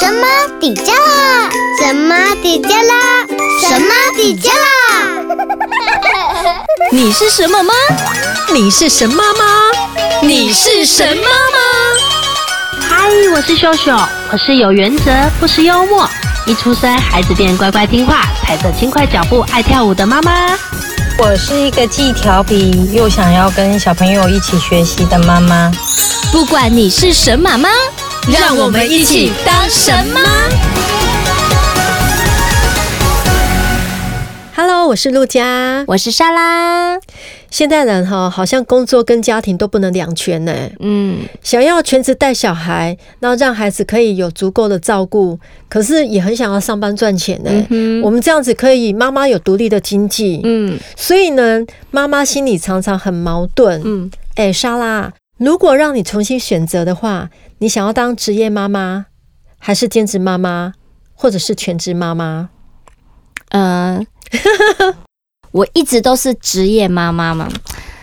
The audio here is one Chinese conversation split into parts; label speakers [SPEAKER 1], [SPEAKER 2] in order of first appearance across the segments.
[SPEAKER 1] 什么底加啦？什么底加啦？什么底加 啦？
[SPEAKER 2] 你是什么吗？你是神妈吗？你是神妈吗？
[SPEAKER 3] 嗨，我是秀秀，我是有原则，不失幽默。一出生，孩子便乖乖听话，踩着轻快脚步爱跳舞的妈妈。
[SPEAKER 4] 我是一个既调皮又想要跟小朋友一起学习的妈妈。
[SPEAKER 2] 不管你是神妈妈，
[SPEAKER 5] 让我们一起当神妈。
[SPEAKER 6] Hello，我是陆佳。
[SPEAKER 2] 我是莎拉，
[SPEAKER 6] 现代人哈，好像工作跟家庭都不能两全呢。
[SPEAKER 2] 嗯，
[SPEAKER 6] 想要全职带小孩，然后让孩子可以有足够的照顾，可是也很想要上班赚钱呢。我们这样子可以，妈妈有独立的经济，
[SPEAKER 2] 嗯，
[SPEAKER 6] 所以呢，妈妈心里常常很矛盾。
[SPEAKER 2] 嗯，
[SPEAKER 6] 哎、莎拉，如果让你重新选择的话，你想要当职业妈妈，还是兼职妈妈，或者是全职妈妈？
[SPEAKER 2] 呃， 我一直都是职业妈妈嘛，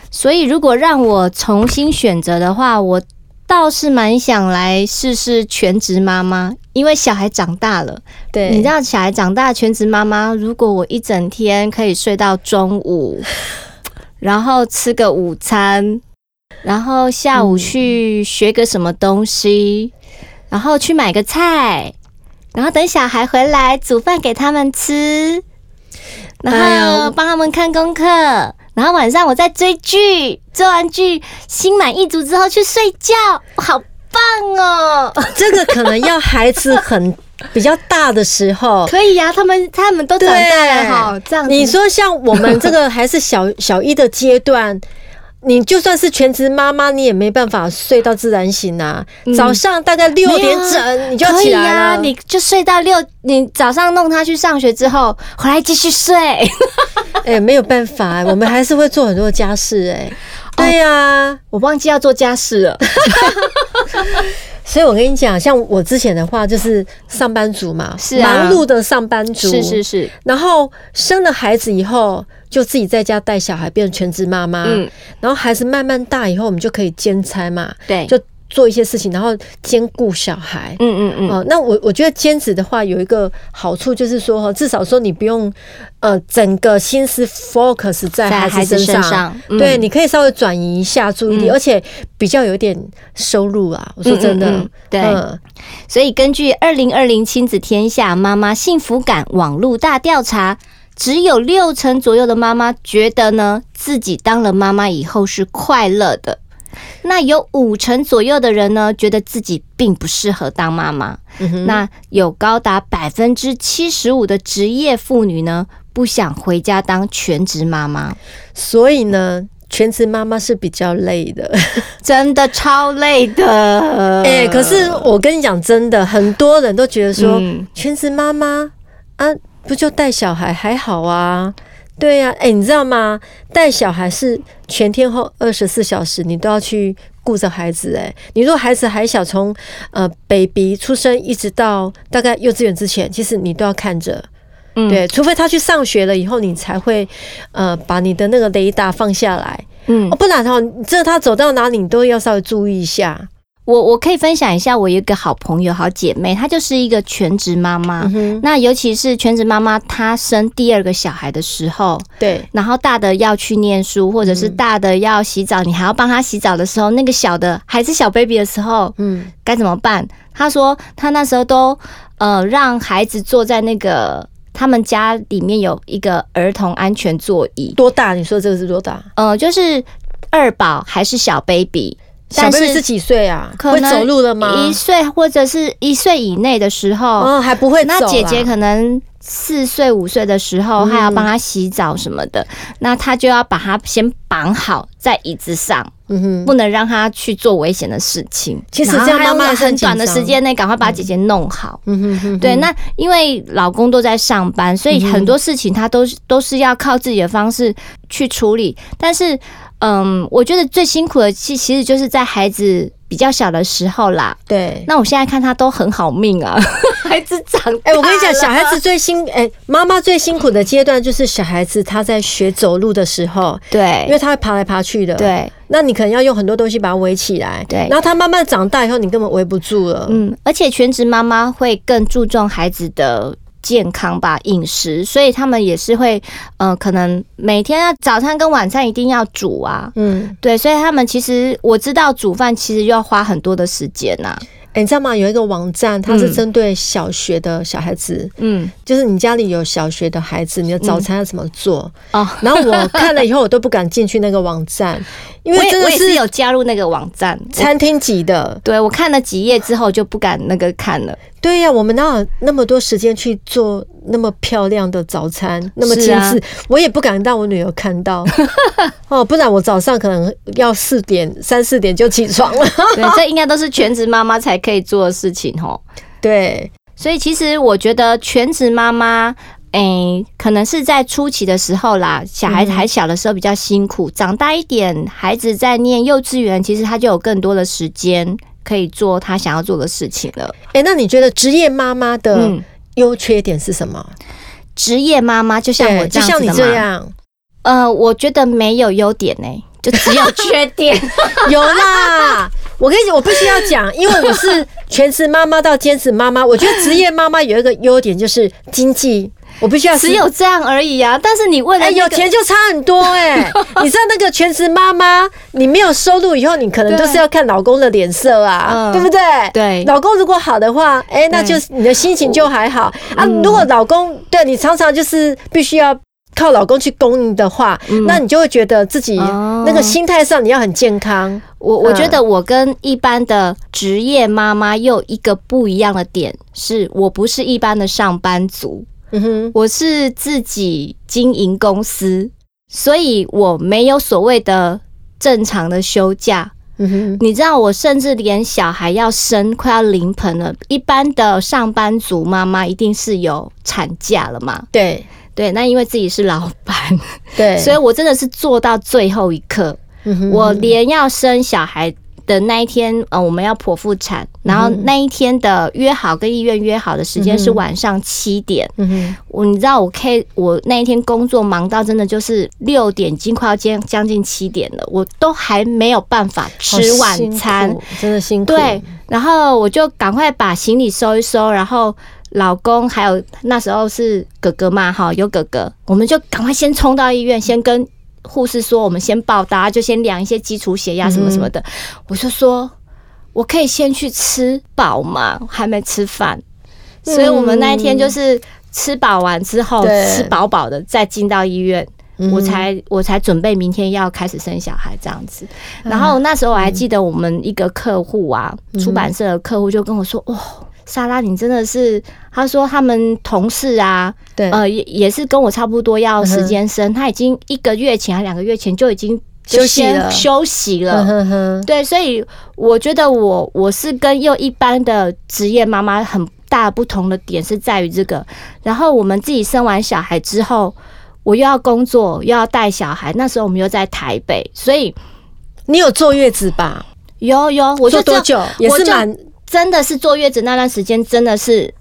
[SPEAKER 2] 所以如果让我重新选择的话，我倒是蛮想来试试全职妈妈，因为小孩长大了，
[SPEAKER 6] 对
[SPEAKER 2] 你让小孩长大，全职妈妈，如果我一整天可以睡到中午， 然后吃个午餐，然后下午去学个什么东西，然后去买个菜，然后等小孩回来煮饭给他们吃，
[SPEAKER 6] 哎
[SPEAKER 2] 然后
[SPEAKER 6] 呀
[SPEAKER 2] 帮他们看功课，然后晚上我再追剧，追完剧心满意足之后去睡觉，好棒哦！
[SPEAKER 6] 这个可能要孩子很 比较大的时候。
[SPEAKER 2] 可以呀、他们他们都长大了
[SPEAKER 6] 对
[SPEAKER 2] 哈，这样子
[SPEAKER 6] 你说像我们这个还是小小一的阶 段，你就算是全职妈妈，你也没办法睡到自然醒啊。早上大概六点
[SPEAKER 2] 嗯没啊
[SPEAKER 6] 整你就要
[SPEAKER 2] 可以
[SPEAKER 6] 起
[SPEAKER 2] 呀、
[SPEAKER 6] 来了，
[SPEAKER 2] 你就睡到六，你早上弄他去上学之后，回来继续睡。
[SPEAKER 6] 哎、没有办法、我们还是会做很多家事哎、
[SPEAKER 2] 哦
[SPEAKER 6] 对呀、
[SPEAKER 2] 我忘记要做家事了。
[SPEAKER 6] 所以我跟你讲，像我之前的话，就是上班族嘛，
[SPEAKER 2] 是啊
[SPEAKER 6] 忙碌的上班族，
[SPEAKER 2] 是是是，
[SPEAKER 6] 然后生了孩子以后，就自己在家带小孩，变成全职妈妈。
[SPEAKER 2] 嗯
[SPEAKER 6] 然后孩子慢慢大以后，我们就可以兼差嘛，
[SPEAKER 2] 对
[SPEAKER 6] 就做一些事情，然后兼顾小孩。
[SPEAKER 2] 嗯嗯嗯，
[SPEAKER 6] 哦，那我我觉得兼职的话有一个好处就是说，哈，至少说你不用，呃，整个心思 focus 在
[SPEAKER 2] 在
[SPEAKER 6] 孩
[SPEAKER 2] 孩
[SPEAKER 6] 子
[SPEAKER 2] 子
[SPEAKER 6] 身
[SPEAKER 2] 身
[SPEAKER 6] 上，
[SPEAKER 2] 上嗯
[SPEAKER 6] 对，你可以稍微转移一下注意力，而且比较有点收入啊。我说真的，
[SPEAKER 2] 嗯嗯嗯对所以根据二零二零亲子天下妈妈幸福感网络大调查，只有六成左右的妈妈觉得呢，自己当了妈妈以后是快乐的。那有五成左右的人呢，觉得自己并不适合当妈妈。那有高达百分之七十五的职业妇女呢，不想回家当全职妈妈，
[SPEAKER 6] 所以呢。全职妈妈是比较累的，
[SPEAKER 2] 真的超累的。
[SPEAKER 6] 哎、可是我跟你讲，真的，很多人都觉得说，
[SPEAKER 2] 嗯
[SPEAKER 6] 全职妈妈啊，不就带小孩还好啊？对呀、哎、你知道吗？带小孩是全天候二十四小时，你都要去顾着孩子、哎，你如果孩子还小，从呃 baby 出生一直到大概幼稚园之前，其实你都要看着。
[SPEAKER 2] 嗯
[SPEAKER 6] 对，除非他去上学了以后，你才会呃把你的那个雷达放下来，
[SPEAKER 2] 嗯
[SPEAKER 6] 哦，不然哈，这他走到哪里，你都要稍微注意一下。
[SPEAKER 2] 我我可以分享一下，我有一个好朋友、好姐妹，她就是一个全职妈妈。
[SPEAKER 6] 哼
[SPEAKER 2] 那尤其是全职妈妈，她生第二个小孩的时候，
[SPEAKER 6] 对，
[SPEAKER 2] 然后大的要去念书，或者是
[SPEAKER 6] 嗯
[SPEAKER 2] 大的要洗澡，你还要帮她洗澡的时候，那个小的还是小 baby 的时候，
[SPEAKER 6] 嗯，
[SPEAKER 2] 该怎么办？她说她那时候都呃让孩子坐在那个他们家里面有一个儿童安全座椅，
[SPEAKER 6] 多大？你说这个是多大？
[SPEAKER 2] 呃，就是二宝还是小 baby，
[SPEAKER 6] 小 baby 是几岁啊？
[SPEAKER 2] 可
[SPEAKER 6] 会
[SPEAKER 2] 能
[SPEAKER 6] 走路了吗？
[SPEAKER 2] 一岁或者是一岁以内的时候，
[SPEAKER 6] 哦，还不会走啦。
[SPEAKER 2] 那姐姐可能四岁五岁的时候，
[SPEAKER 6] 嗯
[SPEAKER 2] 还要帮她洗澡什么的，那她就要把她先绑好在椅子上，
[SPEAKER 6] 嗯哼，
[SPEAKER 2] 不能让她去做危险的事情。
[SPEAKER 6] 其实
[SPEAKER 2] 然后
[SPEAKER 6] 这样
[SPEAKER 2] 她要
[SPEAKER 6] 妈妈
[SPEAKER 2] 在
[SPEAKER 6] 也是
[SPEAKER 2] 很
[SPEAKER 6] 很紧
[SPEAKER 2] 短的
[SPEAKER 6] 张
[SPEAKER 2] 时间内赶快把姐姐弄好。
[SPEAKER 6] 嗯哼哼，嗯
[SPEAKER 2] 对，那因为老公都在上班，所以很多事情他都是都是要靠自己的方式去处理。但是，嗯，我觉得最辛苦的其其实就是在孩子比较小的时候啦。
[SPEAKER 6] 对。
[SPEAKER 2] 那我现在看他都很好命啊， 孩子长大
[SPEAKER 6] 哎、我跟你讲，
[SPEAKER 2] 了
[SPEAKER 6] 小孩子最辛， 哎、妈妈最辛苦的阶段就是小孩子他在学走路的时候，因
[SPEAKER 2] 对
[SPEAKER 6] 为他会爬来爬去的。
[SPEAKER 2] 对，
[SPEAKER 6] 那你可能要用很多东西把它围起来。
[SPEAKER 2] 对
[SPEAKER 6] 然后他慢慢长大以后，你根本围不住了。
[SPEAKER 2] 嗯，而且全职妈妈会更注重孩子的健康吧，饮食，所以他们也是会，呃，可能每天要早餐跟晚餐一定要煮啊。
[SPEAKER 6] 嗯，
[SPEAKER 2] 对，所以他们其实我知道煮饭其实要花很多的时间啊呐、
[SPEAKER 6] 哎、你知道吗？有一个网站，它是
[SPEAKER 2] 嗯
[SPEAKER 6] 针对小学的小孩子，
[SPEAKER 2] 嗯，
[SPEAKER 6] 就是你家里有小学的孩子，你的早餐要怎么做？
[SPEAKER 2] 哦，
[SPEAKER 6] 然后我看了以后，我都不敢进去那个网站，因
[SPEAKER 2] 我
[SPEAKER 6] 为
[SPEAKER 2] 也
[SPEAKER 6] 真
[SPEAKER 2] 我
[SPEAKER 6] 的
[SPEAKER 2] 也是有加入那个网站，我
[SPEAKER 6] 餐厅级的。
[SPEAKER 2] 对我看了几页之后就不敢那个看 了。
[SPEAKER 6] 对呀、我们哪有那么多时间去做那么漂亮的早餐，
[SPEAKER 2] 啊
[SPEAKER 6] 那么精致？我也不敢让我女儿看 到哦，不然我早上可能要四点、三四点就起床了。
[SPEAKER 2] 对，这应该都是全职妈妈才可以做的事情哦。
[SPEAKER 6] 对，
[SPEAKER 2] 所以其实我觉得全职妈妈，诶、可能是在初期的时候啦，小
[SPEAKER 6] 嗯
[SPEAKER 2] 孩子还小的时候比较辛苦，长大一点，孩子在念幼稚园，其实他就有更多的时间可以做他想要做的事情了。
[SPEAKER 6] 哎、那你觉得职业妈妈的
[SPEAKER 2] 嗯，
[SPEAKER 6] 优缺点是什么？
[SPEAKER 2] 职业妈妈就像我
[SPEAKER 6] 对，
[SPEAKER 2] 这
[SPEAKER 6] 就
[SPEAKER 2] 样
[SPEAKER 6] 像
[SPEAKER 2] 子
[SPEAKER 6] 你
[SPEAKER 2] 的
[SPEAKER 6] 这
[SPEAKER 2] 嘛，
[SPEAKER 6] 样，
[SPEAKER 2] 呃，我觉得没有优点呢、就只 有缺点。
[SPEAKER 6] 有啦。我跟你讲，我必须要讲，因为我是全职妈妈到兼职妈妈，我觉得职业妈妈有一个优点就是经济，我必须 要
[SPEAKER 2] 只有这样而已啊！但是你为了、
[SPEAKER 6] 哎、
[SPEAKER 2] 那个
[SPEAKER 6] 有钱就差很多哎、 你知道那个全职妈妈，你没有收入以后，你可能都是要看老公的脸色
[SPEAKER 2] 嗯
[SPEAKER 6] 啊，对不对？
[SPEAKER 2] 对
[SPEAKER 6] 老公如果好的话，哎、那
[SPEAKER 2] 对
[SPEAKER 6] 就是你的心情就还好啊。
[SPEAKER 2] 嗯
[SPEAKER 6] 如果老公对你常常就是必须要。靠老公去供应的话，那你就会觉得自己
[SPEAKER 2] 嗯哦
[SPEAKER 6] 那个心态上你要很健康。
[SPEAKER 2] 我我
[SPEAKER 6] 嗯
[SPEAKER 2] 觉得我跟一般的职业妈妈又一个不一样的点是，我不是一般的上班族，
[SPEAKER 6] 嗯哼，
[SPEAKER 2] 我是自己经营公司，所以我没有所谓的正常的休假。
[SPEAKER 6] 嗯哼，
[SPEAKER 2] 你知道，我甚至连小孩要生快要临盆了，一般的上班族妈妈一定是有产假了嘛？
[SPEAKER 6] 对
[SPEAKER 2] 对，那因为自己是老板，
[SPEAKER 6] 对，
[SPEAKER 2] 所以我真的是做到最后一刻。
[SPEAKER 6] 嗯哼
[SPEAKER 2] 我连要生小孩的那一天，呃，我们要剖腹产，然后那一天的约好跟医院约好的时间是晚上七点。
[SPEAKER 6] 嗯哼，
[SPEAKER 2] 我你知道我 K 我那一天工作忙到真的就是六点，已经快要将将近七点了，我都还没有办法吃
[SPEAKER 6] 好
[SPEAKER 2] 晚
[SPEAKER 6] 辛
[SPEAKER 2] 餐
[SPEAKER 6] 苦。真的辛苦。
[SPEAKER 2] 对，然后我就赶快把行李收一收，然后老公还有那时候是哥哥嘛，哈，有哥哥，我们就赶快先冲到医院，先跟护士说我们先报答，就先量一些基础血压什么什么的。嗯我就说我可以先去吃饱嘛，我还没吃饭，所以我们那一天就是吃饱完之后
[SPEAKER 6] 对
[SPEAKER 2] 哦吃饱饱的，再进到医院。
[SPEAKER 6] 嗯
[SPEAKER 2] 我才我才准备明天要开始生小孩这样子。
[SPEAKER 6] 嗯
[SPEAKER 2] 然后那时候我还记得我们一个客户啊，出版社的客户就跟我说：“哦，莎拉，你真的是……”他说他们同事啊，
[SPEAKER 6] 对，嗯
[SPEAKER 2] 呃，也也是跟我差不多要时间生，他已经一个月前还两个月前就已经就
[SPEAKER 6] 休息
[SPEAKER 2] 先
[SPEAKER 6] 了
[SPEAKER 2] 休息
[SPEAKER 6] 嗯
[SPEAKER 2] 了。
[SPEAKER 6] 哼哼，
[SPEAKER 2] 对，所以我觉得我我是跟又一般的职业妈妈很大不同的点是在于这个。然后我们自己生完小孩之后，我又要工作，又要带小孩，那时候我们又在台北，所以
[SPEAKER 6] 你有坐月子吧？
[SPEAKER 2] 有有，我就
[SPEAKER 6] 做
[SPEAKER 2] 这
[SPEAKER 6] 多
[SPEAKER 2] 样
[SPEAKER 6] 久？也
[SPEAKER 2] 我
[SPEAKER 6] 是
[SPEAKER 2] 就
[SPEAKER 6] 蛮
[SPEAKER 2] 真的是坐月子那段时间真的是。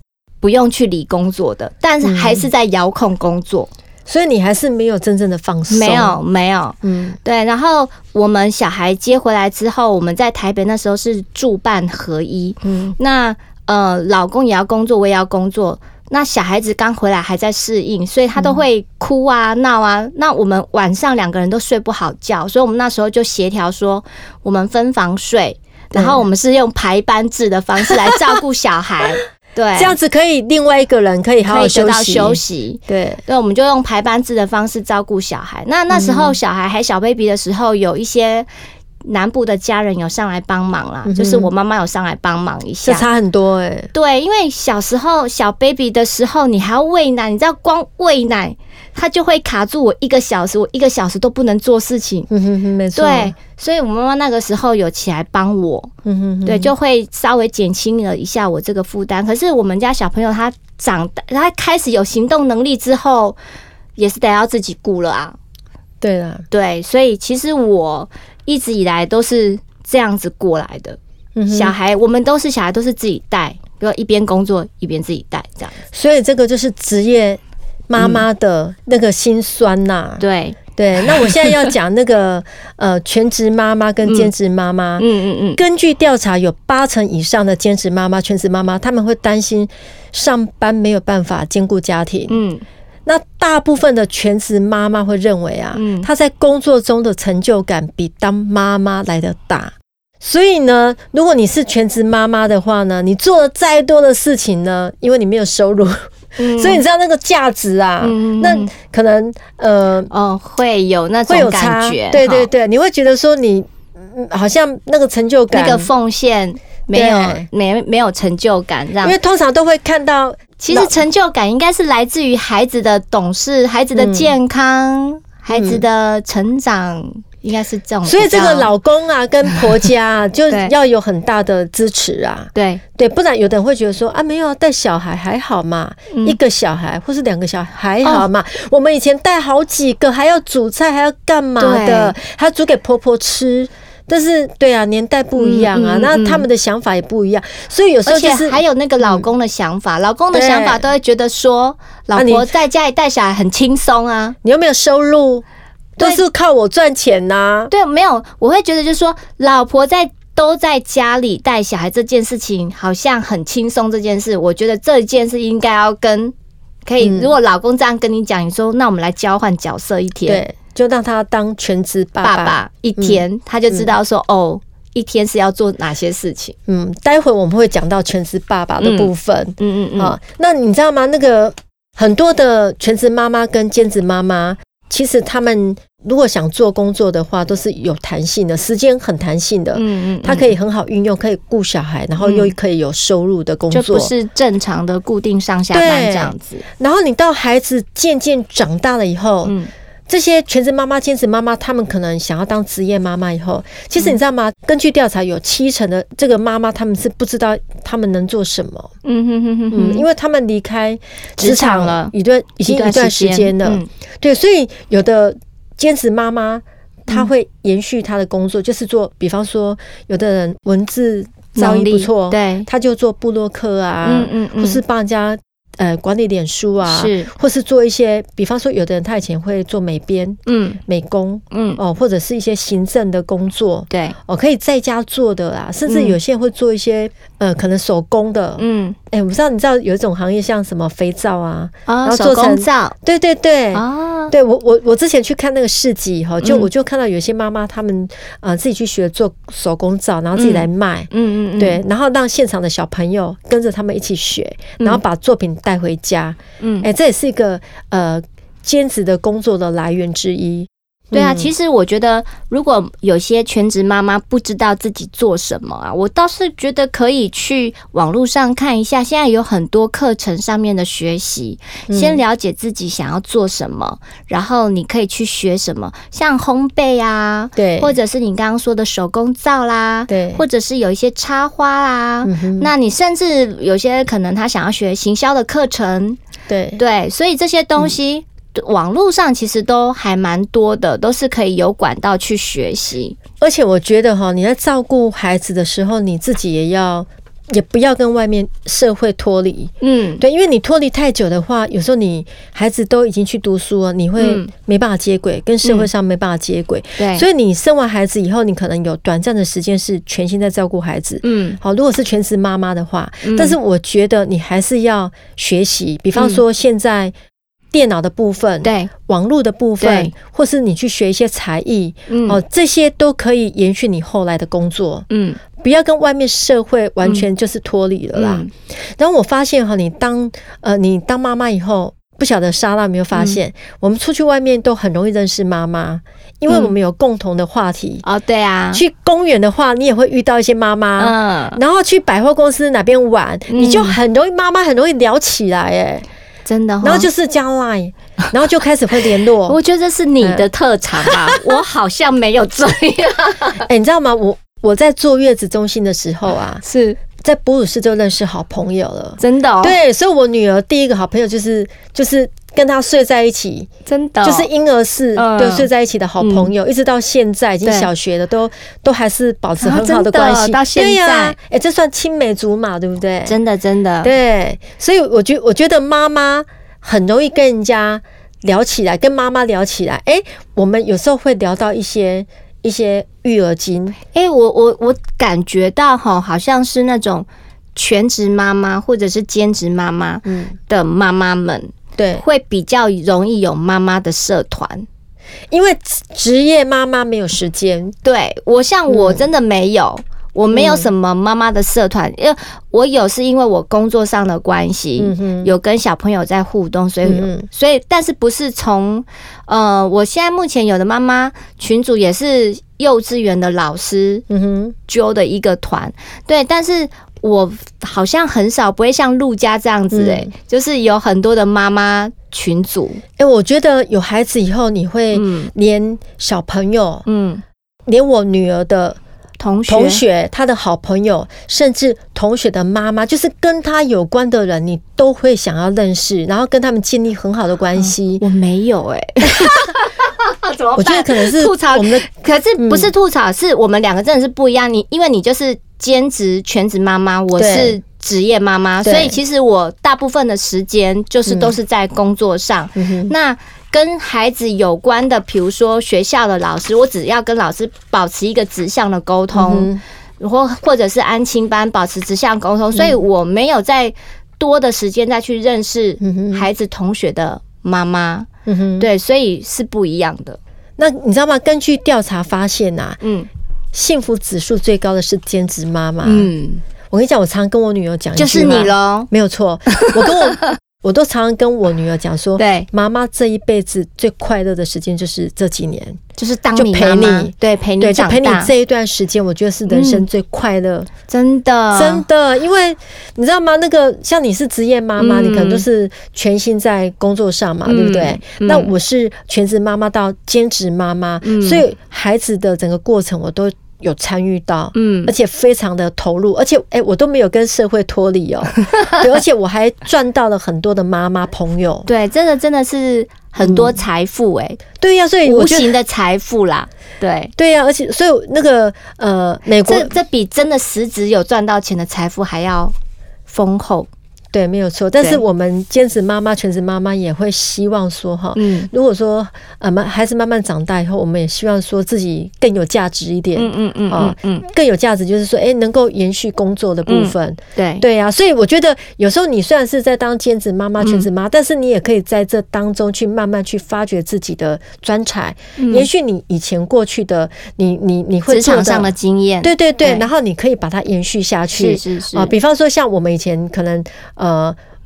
[SPEAKER 2] 不用去理工作的，但是还
[SPEAKER 6] 嗯
[SPEAKER 2] 是在遥控工作，
[SPEAKER 6] 所以你还是没有真正的放松，
[SPEAKER 2] 没有，没有，
[SPEAKER 6] 嗯，
[SPEAKER 2] 对。然后我们小孩接回来之后，我们在台北那时候是住办合一，
[SPEAKER 6] 嗯
[SPEAKER 2] 那呃，老公也要工作，我也要工作。那小孩子刚回来还在适应，所以他
[SPEAKER 6] 嗯
[SPEAKER 2] 都会哭啊、闹啊。那我们晚上两个人都睡不好觉，所以我们那时候就协调说，我们分房睡，然后我们是用排班制的方式来照顾小 孩，对，
[SPEAKER 6] 这样子可以另外一个人可以好
[SPEAKER 2] 可
[SPEAKER 6] 好
[SPEAKER 2] 以得
[SPEAKER 6] 休
[SPEAKER 2] 到
[SPEAKER 6] 息，
[SPEAKER 2] 休息。
[SPEAKER 6] 对，
[SPEAKER 2] 对，我们就用排班制的方式照顾小孩。那那时
[SPEAKER 6] 嗯
[SPEAKER 2] 候小孩还小 baby 的时候，有一些南部的家人有上来帮忙
[SPEAKER 6] 嗯
[SPEAKER 2] 啦，就是我妈妈有上来帮忙一
[SPEAKER 6] 这
[SPEAKER 2] 下。
[SPEAKER 6] 差很多哎、
[SPEAKER 2] 对，因为小时候小 baby 的时候，你还要喂奶，你知道光喂奶，它就会卡住我一个小时，我一个小时都不能做事情。
[SPEAKER 6] 嗯哼哼，没错，
[SPEAKER 2] 对，，所以我妈妈那个时候有起来帮我，
[SPEAKER 6] 嗯哼哼，
[SPEAKER 2] 对，就会稍微减轻了一下我这个负担。可是我们家小朋友他长大，他开始有行动能力之后，也是得要自己顾了啊。
[SPEAKER 6] 对啦，
[SPEAKER 2] 对，所以其实我一直以来都是这样子过来的。
[SPEAKER 6] 嗯
[SPEAKER 2] 小孩，我们都是小孩，都是自己带，比如一边工作一边自己带这样。
[SPEAKER 6] 所以这个就是职业妈妈的那个心酸呐、
[SPEAKER 2] 对，
[SPEAKER 6] 对，那我现在要讲那个呃，全职妈妈跟兼职妈妈。
[SPEAKER 2] 嗯嗯
[SPEAKER 6] 根据调查，有八成以上的兼职妈妈、全职妈妈，他们会担心上班没有办法兼顾家庭。
[SPEAKER 2] 嗯
[SPEAKER 6] 那大部分的全职妈妈会认为啊，
[SPEAKER 2] 嗯
[SPEAKER 6] 她在工作中的成就感比当妈妈来的大。所以呢，如果你是全职妈妈的话呢，你做了再多的事情呢，因为你没有收入，
[SPEAKER 2] 嗯，
[SPEAKER 6] 所以你知道那个价值啊，
[SPEAKER 2] 嗯
[SPEAKER 6] 那可能呃
[SPEAKER 2] 哦会有那
[SPEAKER 6] 会
[SPEAKER 2] 种
[SPEAKER 6] 有
[SPEAKER 2] 感
[SPEAKER 6] 差，
[SPEAKER 2] 觉，
[SPEAKER 6] 对对
[SPEAKER 2] 哈，
[SPEAKER 6] 对，你会觉得说你嗯好像那个成就感，
[SPEAKER 2] 那个奉献没有
[SPEAKER 6] 对
[SPEAKER 2] 没没有成就感，让
[SPEAKER 6] 因为通常都会看到
[SPEAKER 2] 其实成就感应该是来自于孩子的懂事、孩子的
[SPEAKER 6] 嗯
[SPEAKER 2] 健康、孩子的成长，应该是这种比较。
[SPEAKER 6] 所以这个老公啊，跟婆家 啊，就
[SPEAKER 2] 对
[SPEAKER 6] 要有很大的支持啊，
[SPEAKER 2] 对
[SPEAKER 6] 对，不然有的人会觉得说啊，没有啊带小孩还好嘛，
[SPEAKER 2] 嗯哦
[SPEAKER 6] 一个小孩或是两个小孩还好嘛，我们以前带好几个，还要煮菜，还要干嘛的，还要煮给婆婆吃。但是，对啊，年代不一样啊，
[SPEAKER 2] 嗯嗯
[SPEAKER 6] 那他们的想法也不一样，所以有时
[SPEAKER 2] 而
[SPEAKER 6] 候就
[SPEAKER 2] 且
[SPEAKER 6] 是嗯
[SPEAKER 2] 还有那个老公的想法，老公的
[SPEAKER 6] 对
[SPEAKER 2] 想法都会觉得说，老
[SPEAKER 6] 啊你
[SPEAKER 2] 婆在家里带小孩很轻松啊。
[SPEAKER 6] 你有没有收入，都
[SPEAKER 2] 对
[SPEAKER 6] 是靠我赚钱呐、
[SPEAKER 2] 对，没有，我会觉得就是说，老婆在都在家里带小孩这件事情，好像很轻松。这件事，我觉得这件事应该要跟可
[SPEAKER 6] 嗯
[SPEAKER 2] 以，如果老公这样跟你讲，你说那我们来交换角色一天，
[SPEAKER 6] 对，就让他当全职爸嗯
[SPEAKER 2] 爸爸一天，他就知道说、哦，一天是要做哪些事情。
[SPEAKER 6] 嗯，待会我们会讲到全职爸爸的部分。
[SPEAKER 2] 嗯嗯
[SPEAKER 6] 啊，那你知道吗？那个很多的全职妈妈跟兼职妈妈，其实他们如果想做工作的话，都是有弹性的，时间很弹性的，
[SPEAKER 2] 嗯嗯，
[SPEAKER 6] 他可以很好运用，可以顾小孩，然后又可以有收入的工
[SPEAKER 2] 就
[SPEAKER 6] 作。
[SPEAKER 2] 不是正常的固定上下班
[SPEAKER 6] 对
[SPEAKER 2] 这样子。
[SPEAKER 6] 然后你到孩子渐渐长大了以后，
[SPEAKER 2] 嗯
[SPEAKER 6] 这些全职妈妈、兼职妈妈，她们可能想要当职业妈妈以后，其实你知道
[SPEAKER 2] 嗯
[SPEAKER 6] 吗？根据调查，有七成的这个妈妈，她们是不知道她们能做什么，
[SPEAKER 2] 嗯哼哼哼
[SPEAKER 6] 嗯，
[SPEAKER 2] 哼，
[SPEAKER 6] 因为她们离开
[SPEAKER 2] 职场了
[SPEAKER 6] 一段已经一段时间了，
[SPEAKER 2] 嗯
[SPEAKER 6] 对，所以有的兼职妈妈，
[SPEAKER 2] 嗯
[SPEAKER 6] 她会延续她的工作，就是做，比方说，有的人文字造
[SPEAKER 2] 能
[SPEAKER 6] 诣
[SPEAKER 2] 力
[SPEAKER 6] 不错，，
[SPEAKER 2] 对，
[SPEAKER 6] 她就做布洛克啊，
[SPEAKER 2] 嗯嗯嗯，
[SPEAKER 6] 或是帮人家呃管理脸书啊，
[SPEAKER 2] 是，
[SPEAKER 6] 或是做一些，比方说，有的人他以前会做美编、
[SPEAKER 2] 嗯
[SPEAKER 6] 美工
[SPEAKER 2] 嗯，
[SPEAKER 6] 哦，或者是一些行政的工作
[SPEAKER 2] 对，
[SPEAKER 6] 哦，可以在家做的啊，甚至
[SPEAKER 2] 嗯
[SPEAKER 6] 有些人会做一些、呃，可能手工的。
[SPEAKER 2] 嗯
[SPEAKER 6] 哎、我不知道，你知道有一种行业像什么肥皂啊？然
[SPEAKER 2] 啊，
[SPEAKER 6] 后
[SPEAKER 2] 手
[SPEAKER 6] 做成
[SPEAKER 2] 工皂
[SPEAKER 6] 对对对。
[SPEAKER 2] 啊，
[SPEAKER 6] 对我我我之前去看那个市集哈，就
[SPEAKER 2] 嗯
[SPEAKER 6] 我就看到有些妈妈她们呃自己去学做手工皂，然后自己来卖，
[SPEAKER 2] 嗯嗯嗯，
[SPEAKER 6] 对，然后让现场的小朋友跟着他们一起学，然后把作品带回家，
[SPEAKER 2] 嗯
[SPEAKER 6] 哎、，这也是一个呃兼职的工作的来源之一。
[SPEAKER 2] 对啊，
[SPEAKER 6] 嗯
[SPEAKER 2] 其实我觉得，如果有些全职妈妈不知道自己做什么啊，我倒是觉得可以去网络上看一下，现在有很多课程上面的学习，先了解自己想要做什么，然后你可以去学什么，像烘焙啊，
[SPEAKER 6] 对，
[SPEAKER 2] 或者是你刚刚说的手工皂啦，
[SPEAKER 6] 对
[SPEAKER 2] 或者是有一些插花啦。
[SPEAKER 6] 嗯哼，
[SPEAKER 2] 那你甚至有些可能他想要学行销的课程，
[SPEAKER 6] 对嗯
[SPEAKER 2] 对，所以这些东西、网络上其实都还蛮多的，都是可以有管道去学习。
[SPEAKER 6] 而且我觉得哈，你在照顾孩子的时候，你自己也要。也不要跟外面社会脱离，
[SPEAKER 2] 嗯，
[SPEAKER 6] 对，因为你脱离太久的话，有时候你孩子都已经去读书了，你会
[SPEAKER 2] 嗯
[SPEAKER 6] 没办法接轨，跟社会上没办法接轨，
[SPEAKER 2] 对，
[SPEAKER 6] 所
[SPEAKER 2] 以
[SPEAKER 6] 以你生完孩子以后，你可能有短暂的时间是全心在照顾孩子，
[SPEAKER 2] 嗯
[SPEAKER 6] 好，如果是全职妈妈的话，但是我觉得你还是要学习，比方说现在电脑的部
[SPEAKER 2] 嗯
[SPEAKER 6] 分、
[SPEAKER 2] 对，
[SPEAKER 6] 网络的部分
[SPEAKER 2] 对，
[SPEAKER 6] 或是你去学一些才艺，
[SPEAKER 2] 嗯
[SPEAKER 6] 哦，这些都可以延续你后来的工作，
[SPEAKER 2] 嗯
[SPEAKER 6] 不要跟外面社会完全就是脱离了啦。
[SPEAKER 2] 嗯
[SPEAKER 6] 然后我发现哈，你当呃你当妈妈以后。不晓得莎拉有没有发
[SPEAKER 2] 嗯
[SPEAKER 6] 现，我们出去外面都很容易认识妈妈，因为我们有共同的话题。
[SPEAKER 2] 哦，对嗯啊，
[SPEAKER 6] 去啊公园的话，你也会遇到一些妈妈，
[SPEAKER 2] 嗯，
[SPEAKER 6] 然后去百货公司哪边玩，你就很容易妈妈很容易聊起来哎，
[SPEAKER 2] 真的、哦，
[SPEAKER 6] 然后就是加 Line，然后就开始会联络
[SPEAKER 2] 我。觉得这是你的特长啊，
[SPEAKER 6] 嗯
[SPEAKER 2] 我好像没有这 样，
[SPEAKER 6] 哎，你知道吗？我我在坐月子中心的时候啊，
[SPEAKER 2] 是
[SPEAKER 6] 在哺乳室就认识好朋友了。
[SPEAKER 2] 真的、哦，，
[SPEAKER 6] 对，所以我女儿第一个好朋友就是就是跟她睡在一起，
[SPEAKER 2] 真的哦、
[SPEAKER 6] 就是婴儿室
[SPEAKER 2] 嗯
[SPEAKER 6] 对睡在一起的好朋友，一直到现在已经
[SPEAKER 2] 对
[SPEAKER 6] 小学了，都都还是保持
[SPEAKER 2] 啊
[SPEAKER 6] 很好的
[SPEAKER 2] 真的
[SPEAKER 6] 关系。
[SPEAKER 2] 到现
[SPEAKER 6] 对呀
[SPEAKER 2] 在
[SPEAKER 6] 哎，这算青梅竹马，对不对？
[SPEAKER 2] 真的真的，
[SPEAKER 6] 对，所以我觉我觉得妈妈很容易跟人家聊起来，跟妈妈聊起来，哎、我们有时候会聊到一些一些育儿经，
[SPEAKER 2] 哎、我我我感觉到哈，好像是那种全职妈妈或者是兼职妈妈
[SPEAKER 6] 嗯，
[SPEAKER 2] 的妈妈们，
[SPEAKER 6] 对，
[SPEAKER 2] 会比较容易有妈妈的社团。
[SPEAKER 6] 因为职业妈妈没有时间，
[SPEAKER 2] 对我像
[SPEAKER 6] 嗯
[SPEAKER 2] 我真的没有，我没有什么妈妈的社团，因为我有是因为我工作上的关系，
[SPEAKER 6] 嗯哼
[SPEAKER 2] 有跟小朋友在互动，所以、
[SPEAKER 6] 嗯嗯
[SPEAKER 2] 所以但是不是从呃，我现在目前有的妈妈群组也是幼稚园的老师
[SPEAKER 6] 嗯哼，
[SPEAKER 2] 揪的一个团，对，但是。我好像很少不会像陆家这样子诶、就是有很多的妈妈群组，
[SPEAKER 6] 哎、我觉得有孩子以后，你会
[SPEAKER 2] 嗯
[SPEAKER 6] 连小朋友，
[SPEAKER 2] 嗯，
[SPEAKER 6] 连我女儿的
[SPEAKER 2] 同学
[SPEAKER 6] 同学、她的好朋友，甚至同学的妈妈，就是跟她有关的人，你都会想要认识，然后跟他们建立很好的关系。
[SPEAKER 2] 我没有哎、怎么办？
[SPEAKER 6] 我觉得可能是
[SPEAKER 2] 吐槽
[SPEAKER 6] 我们 的，嗯
[SPEAKER 2] 可是不是吐槽，是我们两个真的是不一样。你因为你就是兼职全职妈妈，我
[SPEAKER 6] 对
[SPEAKER 2] 是职业妈妈，
[SPEAKER 6] 对
[SPEAKER 2] 所以其实我大部分的时间就是都是在工作上。
[SPEAKER 6] 嗯
[SPEAKER 2] 那跟孩子有关的，比如说学校的老师，我只要跟老师保持一个直向的沟
[SPEAKER 6] 嗯
[SPEAKER 2] 通，或、或者是安亲班保持直向沟通，所以我没有在多的时间再去认识孩子同学的妈妈。
[SPEAKER 6] 嗯哼，
[SPEAKER 2] 对，所以是不一样的。
[SPEAKER 6] 那你知道吗？根据调查发现呐、啊，
[SPEAKER 2] 嗯
[SPEAKER 6] 幸福指数最高的是兼职妈妈。
[SPEAKER 2] 嗯，
[SPEAKER 6] 我跟你讲，我常跟我女儿讲，
[SPEAKER 2] 就是你，喽。
[SPEAKER 6] 没 有错。我跟我我都常常跟我女儿讲说，
[SPEAKER 2] 对，
[SPEAKER 6] 妈妈这一辈子最快乐的时间就是这几年，
[SPEAKER 2] 就是当
[SPEAKER 6] 就
[SPEAKER 2] 你
[SPEAKER 6] 陪
[SPEAKER 2] 妈妈
[SPEAKER 6] 你
[SPEAKER 2] 对陪
[SPEAKER 6] 对，
[SPEAKER 2] 你
[SPEAKER 6] 就
[SPEAKER 2] 长
[SPEAKER 6] 陪你
[SPEAKER 2] 大，
[SPEAKER 6] 这一段时间，我觉得是人生
[SPEAKER 2] 嗯
[SPEAKER 6] 最快乐，
[SPEAKER 2] 真的
[SPEAKER 6] 真的。因为你知道吗？那个像你是职业妈妈，
[SPEAKER 2] 嗯
[SPEAKER 6] 你可能都是全心在工作上嘛，
[SPEAKER 2] 嗯
[SPEAKER 6] 对不对？
[SPEAKER 2] 嗯
[SPEAKER 6] 那我是全职妈妈到兼职妈妈，所以孩子的整个过程我都有参与到，
[SPEAKER 2] 嗯
[SPEAKER 6] 而且非常的投入，而且哎、我都没有跟社会脱 离哦，对，而且我还赚到了很多的妈妈朋友，
[SPEAKER 2] 对，真的真的是很多财富哎、
[SPEAKER 6] 对呀、所以嗯我
[SPEAKER 2] 无
[SPEAKER 6] 觉得
[SPEAKER 2] 形的财富啦。对，
[SPEAKER 6] 对呀、而且所以那个呃，美国
[SPEAKER 2] 这这比真的实质有赚到钱的财富还要丰厚。
[SPEAKER 6] 对，没有错。但是
[SPEAKER 2] 对
[SPEAKER 6] 我们兼职妈妈、全职妈妈也会希望说哈，
[SPEAKER 2] 嗯
[SPEAKER 6] 如果说呃，慢孩子慢慢长大以后，我们也希望说自己更有价值一点。
[SPEAKER 2] 嗯嗯嗯
[SPEAKER 6] 啊
[SPEAKER 2] 嗯嗯，
[SPEAKER 6] 更有价值就是说，哎、能够延续工作的部分，
[SPEAKER 2] 对
[SPEAKER 6] 对呀、所以我觉得有时候你虽然是在当兼职妈
[SPEAKER 2] 嗯
[SPEAKER 6] 妈、全职妈，但是你也可以在这当中去慢慢去发掘自己的专才。也许你以前过去的你，你你
[SPEAKER 2] 嗯
[SPEAKER 6] 会
[SPEAKER 2] 职
[SPEAKER 6] 做
[SPEAKER 2] 场上的经验，
[SPEAKER 6] 对对对，
[SPEAKER 2] 对
[SPEAKER 6] 然后你可以把它延续下去。
[SPEAKER 2] 哎是是是
[SPEAKER 6] 啊，比方说像我们以前可能呃。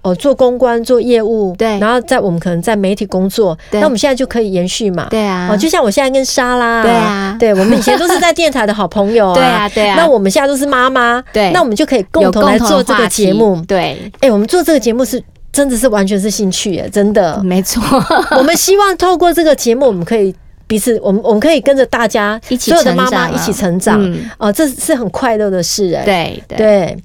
[SPEAKER 6] 哦，做公关、做业务，
[SPEAKER 2] 对
[SPEAKER 6] 然后在我们可能在媒体工作，
[SPEAKER 2] 对
[SPEAKER 6] 那我们现在就可以延续嘛，
[SPEAKER 2] 对啊
[SPEAKER 6] 哦，就像我现在跟莎拉，
[SPEAKER 2] 对啊
[SPEAKER 6] 对我们以前都是在电台的好朋友 啊，
[SPEAKER 2] 对啊对啊
[SPEAKER 6] 那我们现在都是妈妈，
[SPEAKER 2] 对
[SPEAKER 6] 那我们就可以共
[SPEAKER 2] 有
[SPEAKER 6] 同来
[SPEAKER 2] 的
[SPEAKER 6] 做这
[SPEAKER 2] 话
[SPEAKER 6] 个
[SPEAKER 2] 题
[SPEAKER 6] 节目，
[SPEAKER 2] 对，
[SPEAKER 6] 哎，我们做这个节目是真的是完全是兴趣耶，真的，
[SPEAKER 2] 没错，
[SPEAKER 6] 我们希望透过这个节目，我们可以彼此，我们我们可以跟着大家
[SPEAKER 2] 一起
[SPEAKER 6] 所有的妈
[SPEAKER 2] 成
[SPEAKER 6] 妈
[SPEAKER 2] 长啊
[SPEAKER 6] 一起成长，
[SPEAKER 2] 嗯
[SPEAKER 6] 哦、这是很快乐的事哎、
[SPEAKER 2] 对对
[SPEAKER 6] 对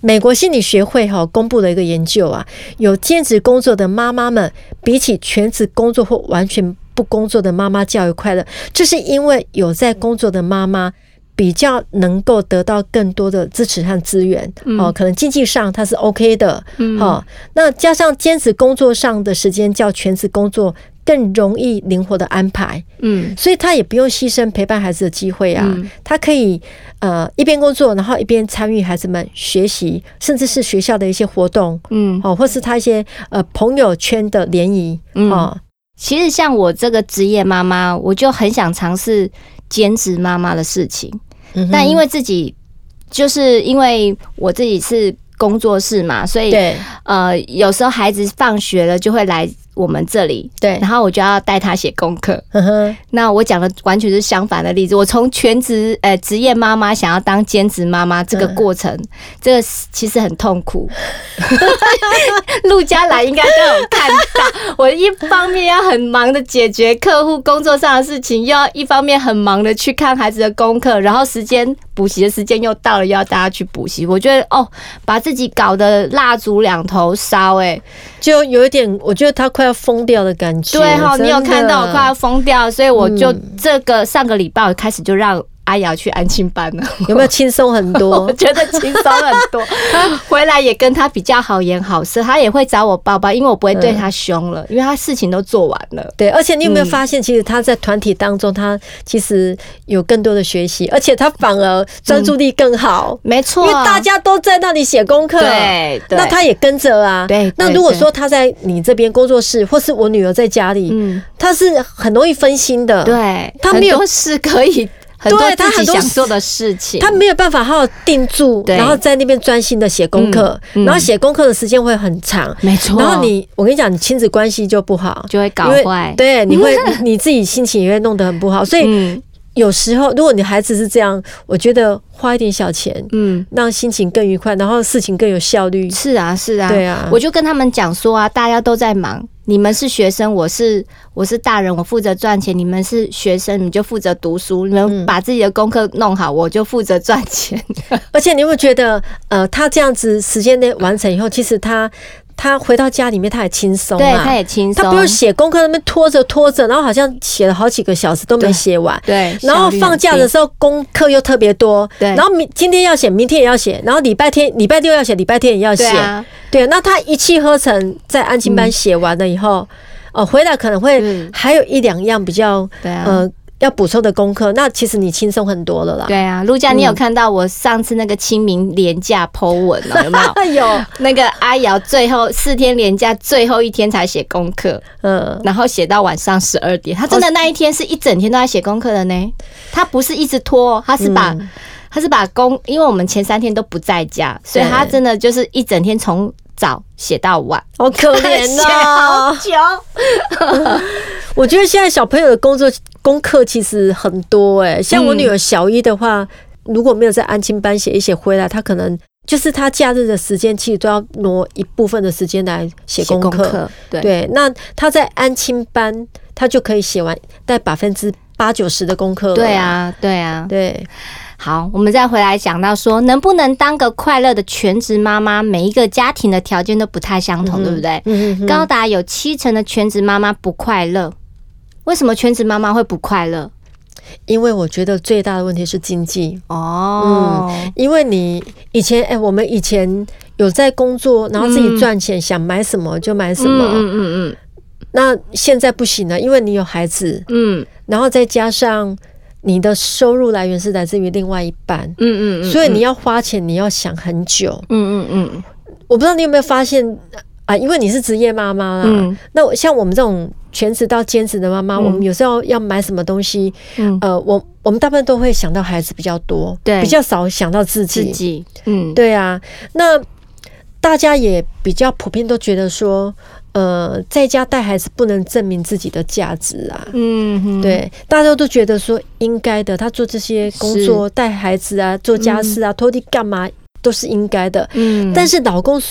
[SPEAKER 6] 美国心理学会哈、公布了一个研究啊，有兼职工作的妈妈们，比起全职工作或完全不工作的妈妈较为快乐，就是因为有在工作的妈妈。比较能够得到更多的支持和资源、哦，可能经济上它是 OK 的，
[SPEAKER 2] 嗯
[SPEAKER 6] 哦，那加上兼职工作上的时间较全职工作更容易灵活的安排，
[SPEAKER 2] 嗯
[SPEAKER 6] 所以他也不用牺牲陪伴孩子的机会啊，
[SPEAKER 2] 嗯
[SPEAKER 6] 他可以呃一边工作，然后一边参与孩子们学习，甚至是学校的一些活动，
[SPEAKER 2] 嗯。
[SPEAKER 6] 哦，或是他一些呃朋友圈的联谊，
[SPEAKER 2] 嗯
[SPEAKER 6] 哦，
[SPEAKER 2] 其实像我这个职业妈妈，我就很想尝试兼职妈妈的事情，
[SPEAKER 6] 嗯哼
[SPEAKER 2] 但因为自己就是因为我自己是工作室嘛，所以
[SPEAKER 6] 对
[SPEAKER 2] 呃有时候孩子放学了就会来我们这里，
[SPEAKER 6] 对
[SPEAKER 2] 然，后我就要带他写功课。
[SPEAKER 6] 嗯哼，
[SPEAKER 2] 那我讲的完全是相反的例子。我从全职呃职业妈妈想要当兼职妈妈这个过程，这个是其实很痛苦。陆家兰应该都有看到，我一方面要很忙的解决客户工作上的事情，又要一方面很忙的去看孩子的功课，然后时间补习的时间又到了，又要大家去补习。我觉得哦，把自己搞得蜡烛两头烧、欸，哎，
[SPEAKER 6] 就有一点，我觉得他快要疯掉的感觉。
[SPEAKER 2] 对哈、
[SPEAKER 6] 真的嗯
[SPEAKER 2] 你有看到我快要疯掉，所以我就这个上个礼拜我开始就让阿雅去安亲班 了，
[SPEAKER 6] 有没有轻松很多
[SPEAKER 2] 我？觉得轻松很 多。回来也跟他比较好言好色，他也会找我抱抱，因为我不会对他凶
[SPEAKER 6] 嗯
[SPEAKER 2] 了，因为他事情都做完了。
[SPEAKER 6] 对，而且你有
[SPEAKER 2] 嗯
[SPEAKER 6] 没有发现，其实他在团体当中，他其实有更多的学习，而且他反而专
[SPEAKER 2] 嗯
[SPEAKER 6] 注力更好，
[SPEAKER 2] 没错
[SPEAKER 6] 因
[SPEAKER 2] 啊，
[SPEAKER 6] 为大家都在那里写功课，
[SPEAKER 2] 对对
[SPEAKER 6] 那他也跟着啊。
[SPEAKER 2] 对对
[SPEAKER 6] 那如果说他在你这边工作室，或是我女儿在家里，
[SPEAKER 2] 嗯
[SPEAKER 6] 他是很容易分心的，，
[SPEAKER 2] 对
[SPEAKER 6] 呃他没有
[SPEAKER 2] 很多事可以，很多
[SPEAKER 6] 对他
[SPEAKER 2] 自己
[SPEAKER 6] 很多
[SPEAKER 2] 想
[SPEAKER 6] 事
[SPEAKER 2] 做的事情，
[SPEAKER 6] 他没有办法好好定住，
[SPEAKER 2] 对
[SPEAKER 6] 然后在那边专心的写功课，
[SPEAKER 2] 嗯嗯嗯
[SPEAKER 6] 然后写功课的时间会很长，
[SPEAKER 2] 没错。
[SPEAKER 6] 然后你，我跟你讲，你亲子关系就不好，
[SPEAKER 2] 就会搞
[SPEAKER 6] 因为
[SPEAKER 2] 坏
[SPEAKER 6] 对，你会你自己心情也会弄得很不好。所以
[SPEAKER 2] 嗯
[SPEAKER 6] 有时候，如果你孩子是这样，我觉得花一点小钱，
[SPEAKER 2] 嗯。
[SPEAKER 6] 让心情更愉快，然后事情更有效率。
[SPEAKER 2] 是啊，是啊，
[SPEAKER 6] 对啊
[SPEAKER 2] 我就跟他们讲说啊，大家都在忙，你们是学生，我是我是大人，我负责赚钱，你们是学生，你们就负责读书，你
[SPEAKER 6] 嗯
[SPEAKER 2] 们把自己的功课弄好，我就负责赚 钱。
[SPEAKER 6] 而且你有没有觉得，呃，他这样子时间内完成以后，其实他他回到家里面他也轻松
[SPEAKER 2] 对，
[SPEAKER 6] 啊，
[SPEAKER 2] 他也轻松，
[SPEAKER 6] 他不用写功课，那边拖着拖着，然后好像写了好几个小时都没写完。
[SPEAKER 2] 对，
[SPEAKER 6] 然后
[SPEAKER 2] 效率很
[SPEAKER 6] 放假的
[SPEAKER 2] 低
[SPEAKER 6] 时候功课又特别多，
[SPEAKER 2] 对
[SPEAKER 6] 然后明今天要写，明天也要写，然后礼拜天、礼拜六要写，礼拜天也要写，
[SPEAKER 2] 对啊，
[SPEAKER 6] 对，那他一气呵成，在安静班写完了以后，哦，回来可能会
[SPEAKER 2] 嗯
[SPEAKER 6] 还有一两样比较，
[SPEAKER 2] 对啊
[SPEAKER 6] 呃，要补充的功课，那其实你轻松很多了啦。
[SPEAKER 2] 对啊，陆佳，你有
[SPEAKER 6] 嗯
[SPEAKER 2] 看到我上次那个清明廉价 Po 文 吗？有没有？
[SPEAKER 6] 哎呦，
[SPEAKER 2] 那个阿瑶最后四天连假最后一天才写功课，
[SPEAKER 6] 嗯，
[SPEAKER 2] 然后写到晚上十二点。他真的那一天是一整天都在写功课的呢。他不是一直拖哦，他是把、
[SPEAKER 6] 嗯
[SPEAKER 2] 他是把功，因为我们前三天都不在家，所以他真的就是一整天从早写到晚，
[SPEAKER 6] 好可
[SPEAKER 2] 写
[SPEAKER 6] 怜
[SPEAKER 2] 好
[SPEAKER 6] 哦。
[SPEAKER 2] 久。
[SPEAKER 6] 我觉得现在小朋友的工作功课其实很多哎、像我女儿小一的话，如果没有在安亲班写一写回来，她可能就是她假日的时间，其实都要挪一部分的时间来写功课。，
[SPEAKER 2] 对
[SPEAKER 6] 对，那他在安亲班，他就可以写完带百分之八九十的功课。
[SPEAKER 2] 对，啊，对啊，
[SPEAKER 6] 对，
[SPEAKER 2] 好，我们再回来讲到说，能不能当个快乐的全职妈妈，每一个家庭的条件都不太相同，对不对？
[SPEAKER 6] 嗯
[SPEAKER 2] 高达有七成的全职妈妈不快乐，为什么全职妈妈会不快乐？
[SPEAKER 6] 因为我觉得最大的问题是经济，
[SPEAKER 2] 哦，
[SPEAKER 6] 因为你以前哎、我们以前有在工作，然后自己
[SPEAKER 2] 嗯
[SPEAKER 6] 赚钱，想买什么就买什
[SPEAKER 2] 嗯
[SPEAKER 6] 么。
[SPEAKER 2] 嗯嗯
[SPEAKER 6] 那现在不行了，因为你有孩子，
[SPEAKER 2] 嗯
[SPEAKER 6] 然后再加上你的收入来源是来自于另外一半，
[SPEAKER 2] 嗯嗯嗯，
[SPEAKER 6] 所以你要花钱，你要想很久。
[SPEAKER 2] 嗯嗯
[SPEAKER 6] 我不知道你有没有发现啊，因为你是职业妈妈啦，
[SPEAKER 2] 嗯
[SPEAKER 6] 那我像我们这种全职到兼职的妈妈，我们有时候要买什么东西，
[SPEAKER 2] 嗯嗯，
[SPEAKER 6] 呃，我我们大部分都会想到孩子比较多，
[SPEAKER 2] 对
[SPEAKER 6] 比较少想到自己，
[SPEAKER 2] 自己，嗯，
[SPEAKER 6] 对啊，那大家也比较普遍都觉得说，呃，在家带孩子不能证明自己的价值啊。
[SPEAKER 2] 嗯哼，
[SPEAKER 6] 对，大家都觉得说应该的，他做这些工作，带孩子啊，做家事啊，拖地干嘛都是应该的。
[SPEAKER 2] 嗯，
[SPEAKER 6] 但是老公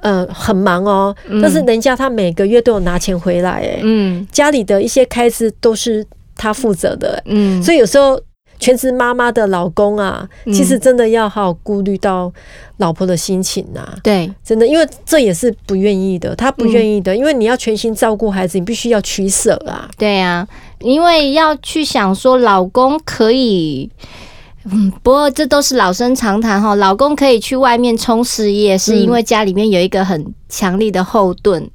[SPEAKER 6] 呃很忙哦，但是人家他每个月都有拿钱回来，哎、
[SPEAKER 2] 嗯
[SPEAKER 6] 家里的一些开支都是他负责的，哎
[SPEAKER 2] 嗯，
[SPEAKER 6] 所以有时候全职妈妈的老公啊，其实真的要好好顾虑到老婆的心情啊。
[SPEAKER 2] 对
[SPEAKER 6] 真的，因为这也是不愿意的，他不
[SPEAKER 2] 嗯
[SPEAKER 6] 愿意的，因为你要全心照顾孩子，你必须要取舍啊。
[SPEAKER 2] 对啊，因为要去想说老公可以。嗯，不过这都是老生常谈哈。老公可以去外面冲事业，是因为家里面有一个很强力的后盾。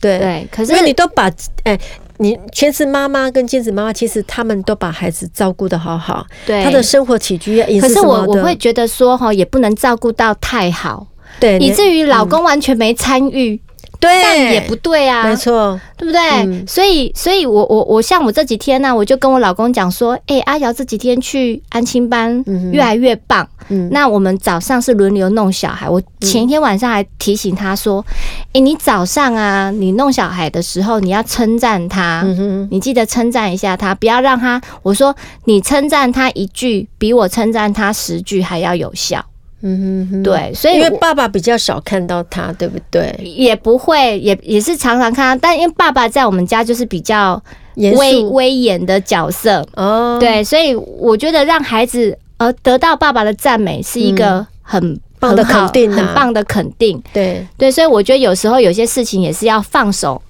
[SPEAKER 6] 对，
[SPEAKER 2] 对，可是
[SPEAKER 6] 因为你都把哎、你全职妈妈跟兼职妈妈，其实他们都把孩子照顾的好好，
[SPEAKER 2] 对
[SPEAKER 6] 他的生活起居啊饮
[SPEAKER 2] 可
[SPEAKER 6] 食
[SPEAKER 2] 是
[SPEAKER 6] 什
[SPEAKER 2] 我
[SPEAKER 6] 么
[SPEAKER 2] 我会
[SPEAKER 6] 的，
[SPEAKER 2] 觉得说哈，也不能照顾到太好，
[SPEAKER 6] 对，
[SPEAKER 2] 以
[SPEAKER 6] 你
[SPEAKER 2] 至于老公完全没参与，
[SPEAKER 6] 对，
[SPEAKER 2] 但也不对啊，
[SPEAKER 6] 没错，
[SPEAKER 2] 对不对？
[SPEAKER 6] 嗯
[SPEAKER 2] 所以，所以我我我像我这几天呢、我就跟我老公讲说，哎、阿瑶这几天去安亲班
[SPEAKER 6] 嗯哼
[SPEAKER 2] 越来越棒。
[SPEAKER 6] 嗯
[SPEAKER 2] 那我们早上是轮流弄小孩，我前一天晚上还提醒他说，哎、你早上啊，你弄小孩的时候，你要称赞他。
[SPEAKER 6] 嗯哼，
[SPEAKER 2] 你记得称赞一下他，不要让他。我说你称赞他一句，比我称赞他十句还要有效。
[SPEAKER 6] 嗯哼哼，
[SPEAKER 2] 对，所以
[SPEAKER 6] 因为
[SPEAKER 2] 我
[SPEAKER 6] 爸爸比较少看到他，对不对？
[SPEAKER 2] 也不会，也也是常常看他，但因为爸爸在我们家就是比较
[SPEAKER 6] 严
[SPEAKER 2] 威
[SPEAKER 6] 肃
[SPEAKER 2] 威严的角色，
[SPEAKER 6] 哦，，
[SPEAKER 2] 对，所以我觉得让孩子呃得到爸爸的赞美是一个很、
[SPEAKER 6] 嗯棒的
[SPEAKER 2] 很好
[SPEAKER 6] 肯定啊
[SPEAKER 2] 很棒的肯定。
[SPEAKER 6] 对，
[SPEAKER 2] 对，所以我觉得有时候有些事情也是要放手，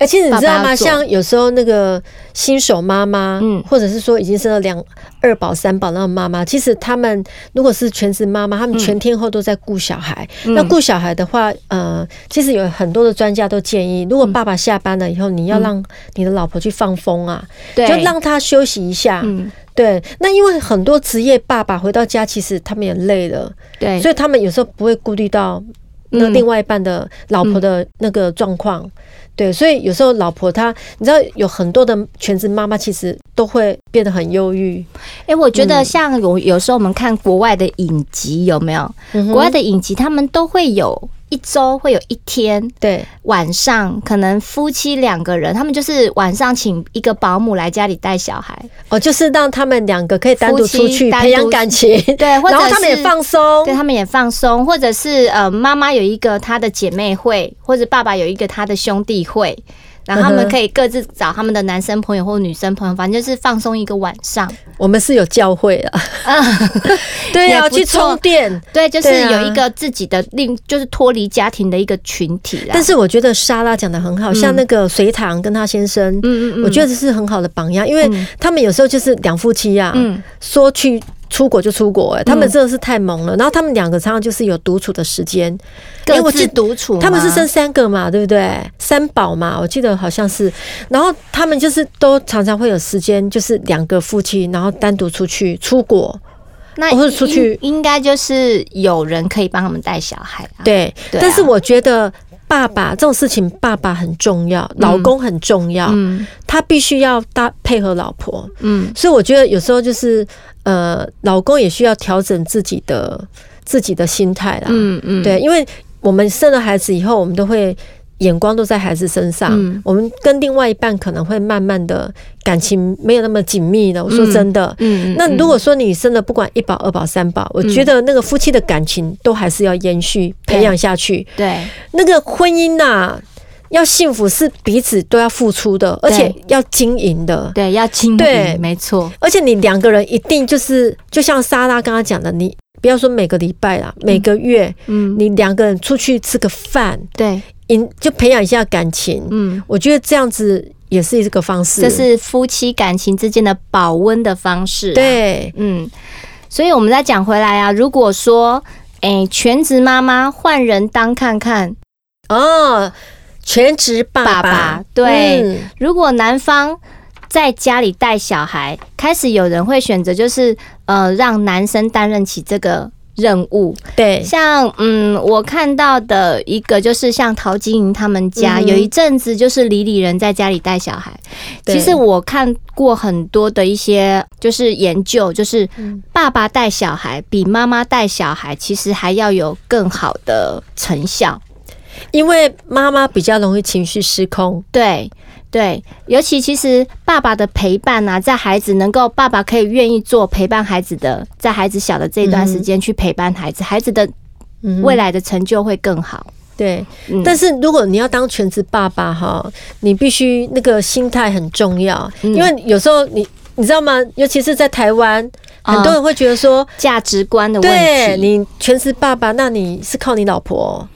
[SPEAKER 6] 而且哎你知道
[SPEAKER 2] 爸爸
[SPEAKER 6] 吗？
[SPEAKER 2] 要做
[SPEAKER 6] 像有时候那个新手妈妈，
[SPEAKER 2] 嗯
[SPEAKER 6] 嗯，或者是说已经生了两二宝、三宝那种妈妈，其实他们如果是全职
[SPEAKER 2] 嗯
[SPEAKER 6] 妈妈，他们全天候都在顾小孩。那顾小孩的话，呃，其实有很多的专家都建议，如果爸爸下班了以后，你要让你的老婆去放风啊，
[SPEAKER 2] 嗯对，
[SPEAKER 6] 就让她休息一下。
[SPEAKER 2] 嗯，
[SPEAKER 6] 对，那因为很多职业爸爸回到家，其实他们也累了，
[SPEAKER 2] 对，
[SPEAKER 6] 所以他们有时候不会顾虑到那另外一半的老婆的那个状况。对，所以有时候老婆她，你知道有很多的全职妈妈其实都会变得很忧郁。
[SPEAKER 2] 哎、我觉
[SPEAKER 6] 嗯
[SPEAKER 2] 得像有有时候我们看国外的影集，有没有？
[SPEAKER 6] 嗯哼
[SPEAKER 2] 国外的影集他们都会有一周，会有一天
[SPEAKER 6] 对
[SPEAKER 2] 晚上，可能夫妻两个人，他们就是晚上请一个保姆来家里带小孩，
[SPEAKER 6] 哦，就是让他们两个可以单独
[SPEAKER 2] 夫
[SPEAKER 6] 出
[SPEAKER 2] 妻
[SPEAKER 6] 去
[SPEAKER 2] 单独
[SPEAKER 6] 培养感 情，
[SPEAKER 2] 对，或者
[SPEAKER 6] 然后他们也
[SPEAKER 2] 是
[SPEAKER 6] 放松
[SPEAKER 2] 对。他们也放松，或者是呃，妈妈有一个她的姐妹会，或者爸爸有一个他的兄弟会，然后他
[SPEAKER 6] 嗯
[SPEAKER 2] 们
[SPEAKER 6] 哼
[SPEAKER 2] 可以各自找他们的男生朋友或女生朋友，反正就是放松一个晚 上。
[SPEAKER 6] 我们是有教会啊，对
[SPEAKER 2] 也
[SPEAKER 6] 啊，
[SPEAKER 2] 不错
[SPEAKER 6] 去充电。
[SPEAKER 2] 对，就是
[SPEAKER 6] 对啊
[SPEAKER 2] 有一个自己的另，就是脱离家庭的一个群体啦。
[SPEAKER 6] 但是我觉得莎拉讲的很好，像那个隋唐跟她先生，
[SPEAKER 2] 嗯，嗯嗯
[SPEAKER 6] 我觉得这是很好的榜样，因为他们有时候就是两夫妻啊，
[SPEAKER 2] 嗯
[SPEAKER 6] 说去出国就出国、哎，他们真的是太猛了。然后他们两个常常就是有独处的时间，因为
[SPEAKER 2] 各
[SPEAKER 6] 我
[SPEAKER 2] 自
[SPEAKER 6] 记
[SPEAKER 2] 独处吗，
[SPEAKER 6] 他们是生三个嘛，对不对？三宝嘛，我记得好像是。然后他们就是都常常会有时间，就是两个夫妻，然后单独出去出国。
[SPEAKER 2] 啊那
[SPEAKER 6] 或者出去
[SPEAKER 2] 应应该就是有人可以帮他们带小孩啊。
[SPEAKER 6] 对，
[SPEAKER 2] 对啊
[SPEAKER 6] 但是我觉得。爸爸这种事情，爸爸很重要，老公很重要，
[SPEAKER 2] 嗯
[SPEAKER 6] 他必须要搭配合老婆。
[SPEAKER 2] 嗯，
[SPEAKER 6] 所以我觉得有时候就是呃，老公也需要调整自己的自己的心态啦。
[SPEAKER 2] 嗯嗯，
[SPEAKER 6] 对，因为我们生了孩子以后，我们都会眼光都在孩子身上，
[SPEAKER 2] 嗯
[SPEAKER 6] 我们跟另外一半可能会慢慢的感情没有那么紧密了。我说真的。
[SPEAKER 2] 嗯，嗯
[SPEAKER 6] 那
[SPEAKER 2] 嗯
[SPEAKER 6] 如果说你生了不管一宝、二宝、三宝，我觉得那个夫妻的感情都还是要延续、培养下去。
[SPEAKER 2] 对
[SPEAKER 6] 那个婚姻呐、要幸福是彼此都要付出的，而且要经营的。
[SPEAKER 2] 对要经
[SPEAKER 6] 对
[SPEAKER 2] 营，没错，
[SPEAKER 6] 而且你两个人一定就是，就像莎拉刚刚讲的，你不要说每个礼拜啦，每个月，
[SPEAKER 2] 嗯，
[SPEAKER 6] 你两个人出去吃个饭，
[SPEAKER 2] 对，
[SPEAKER 6] 引就培养一下感情。
[SPEAKER 2] 嗯，
[SPEAKER 6] 我觉得这样子也是一个方式，
[SPEAKER 2] 这是夫妻感情之间的保温的方式、，
[SPEAKER 6] 对，
[SPEAKER 2] 嗯，所以我们再讲回来啊，如果说，哎、全职妈妈换人当看看，
[SPEAKER 6] 哦，全职爸
[SPEAKER 2] 爸爸对
[SPEAKER 6] 嗯
[SPEAKER 2] 如果男方在家里带小孩，开始有人会选择就是呃，让男生担任起这个任务。
[SPEAKER 6] 对，
[SPEAKER 2] 像嗯，我看到的一个就是像陶晶莹他们家、
[SPEAKER 6] 嗯哼
[SPEAKER 2] 有一阵子就是李李仁在家里带小孩。
[SPEAKER 6] 对
[SPEAKER 2] 其实我看过很多的一些就是研究，就是
[SPEAKER 6] 嗯
[SPEAKER 2] 爸爸带小孩比妈妈带小孩其实还要有更好的成效。
[SPEAKER 6] 因为妈妈比较容易情绪失控，
[SPEAKER 2] 对对，尤其其实爸爸的陪伴啊，在孩子能够爸爸可以愿意做陪伴孩子的，在孩子小的这一段时间去陪伴孩子，孩子的
[SPEAKER 6] 嗯
[SPEAKER 2] 未来的成就会更好。
[SPEAKER 6] 对。
[SPEAKER 2] 嗯
[SPEAKER 6] 但是如果你要当全职爸爸哈，你必须那个心态很重要，
[SPEAKER 2] 嗯
[SPEAKER 6] 因为有时候你你知道吗？尤其是在台湾，很多人会觉得说，
[SPEAKER 2] 价值观的
[SPEAKER 6] 对
[SPEAKER 2] 啊问题，
[SPEAKER 6] 你全职爸爸，那你是靠你老婆，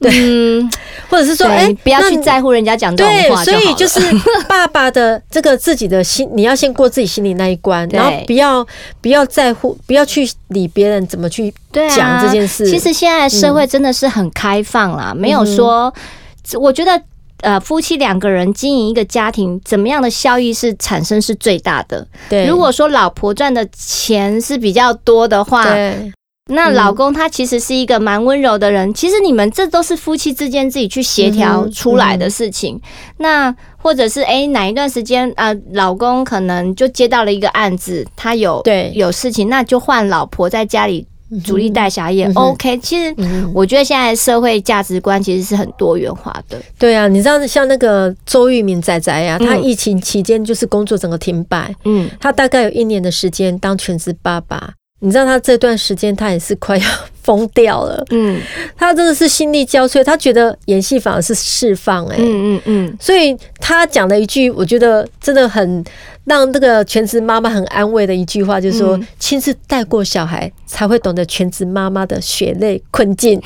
[SPEAKER 2] 嗯，
[SPEAKER 6] 或者是说，
[SPEAKER 2] 对，
[SPEAKER 6] 哎
[SPEAKER 2] 你，不要
[SPEAKER 6] 那
[SPEAKER 2] 去
[SPEAKER 6] 你
[SPEAKER 2] 在乎人家讲这
[SPEAKER 6] 对
[SPEAKER 2] 种，话
[SPEAKER 6] 所
[SPEAKER 2] 好
[SPEAKER 6] 以
[SPEAKER 2] 了
[SPEAKER 6] 就是 爸爸的这个自己的心，你要先过自己心里那一关，
[SPEAKER 2] 对
[SPEAKER 6] 然后不要不要在乎，不要去理别人怎么去
[SPEAKER 2] 对啊
[SPEAKER 6] 讲这件事。嗯
[SPEAKER 2] 其实现在的社会真的是很开放啦，没有说，我觉得呃，夫妻两个人经营一个家庭，怎么样的效益是产生是最大的。
[SPEAKER 6] 对，
[SPEAKER 2] 如果说老婆赚的钱是比较多的话，
[SPEAKER 6] 对
[SPEAKER 2] 那老公他其实是一个蛮温柔的人。其实你们这都是夫妻之间自己去协调出来的事情。那或者是诶哪一段时间啊、呃老公可能就接到了一个案子，他有
[SPEAKER 6] 对
[SPEAKER 2] 有事情，那就换老婆在家里主力带小孩也
[SPEAKER 6] 嗯哼
[SPEAKER 2] OK。其实我觉得现在社会价值观其实是很多元化的。
[SPEAKER 6] 对啊，你知道像那个周渝民仔仔呀、啊，他
[SPEAKER 2] 嗯
[SPEAKER 6] 疫情期间就是工作整个停摆，
[SPEAKER 2] 嗯，
[SPEAKER 6] 他大概有一年的时间当全职爸爸。你知道他这段时间他也是快要疯掉了，
[SPEAKER 2] 嗯
[SPEAKER 6] 他真的是心力交瘁，他觉得演戏反而是释放哎、
[SPEAKER 2] 嗯嗯嗯，
[SPEAKER 6] 所以他讲了一句，我觉得真的很让那个全职妈妈很安慰的一句话，就是说
[SPEAKER 2] 嗯
[SPEAKER 6] 亲自带过小孩，才会懂得全职妈妈的血泪困境。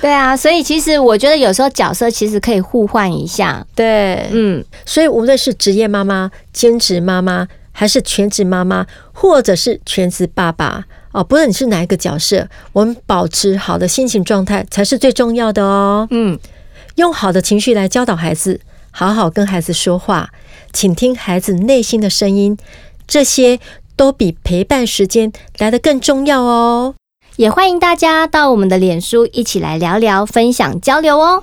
[SPEAKER 2] 对啊，所以其实我觉得有时候角色其实可以互换一下。
[SPEAKER 6] 对，
[SPEAKER 2] 嗯，
[SPEAKER 6] 所以无论是职业妈妈、兼职妈妈，还是全职妈妈，或者是全职爸爸，哦，不论你是哪一个角色，我们保持好的心情状态才是最重要的哦。
[SPEAKER 2] 嗯，
[SPEAKER 6] 用好的情绪来教导孩子，好好跟孩子说话，倾听孩子内心的声音，这些都比陪伴时间来得更重要哦。
[SPEAKER 2] 也欢迎大家到我们的脸书一起来聊聊、分享、交流哦。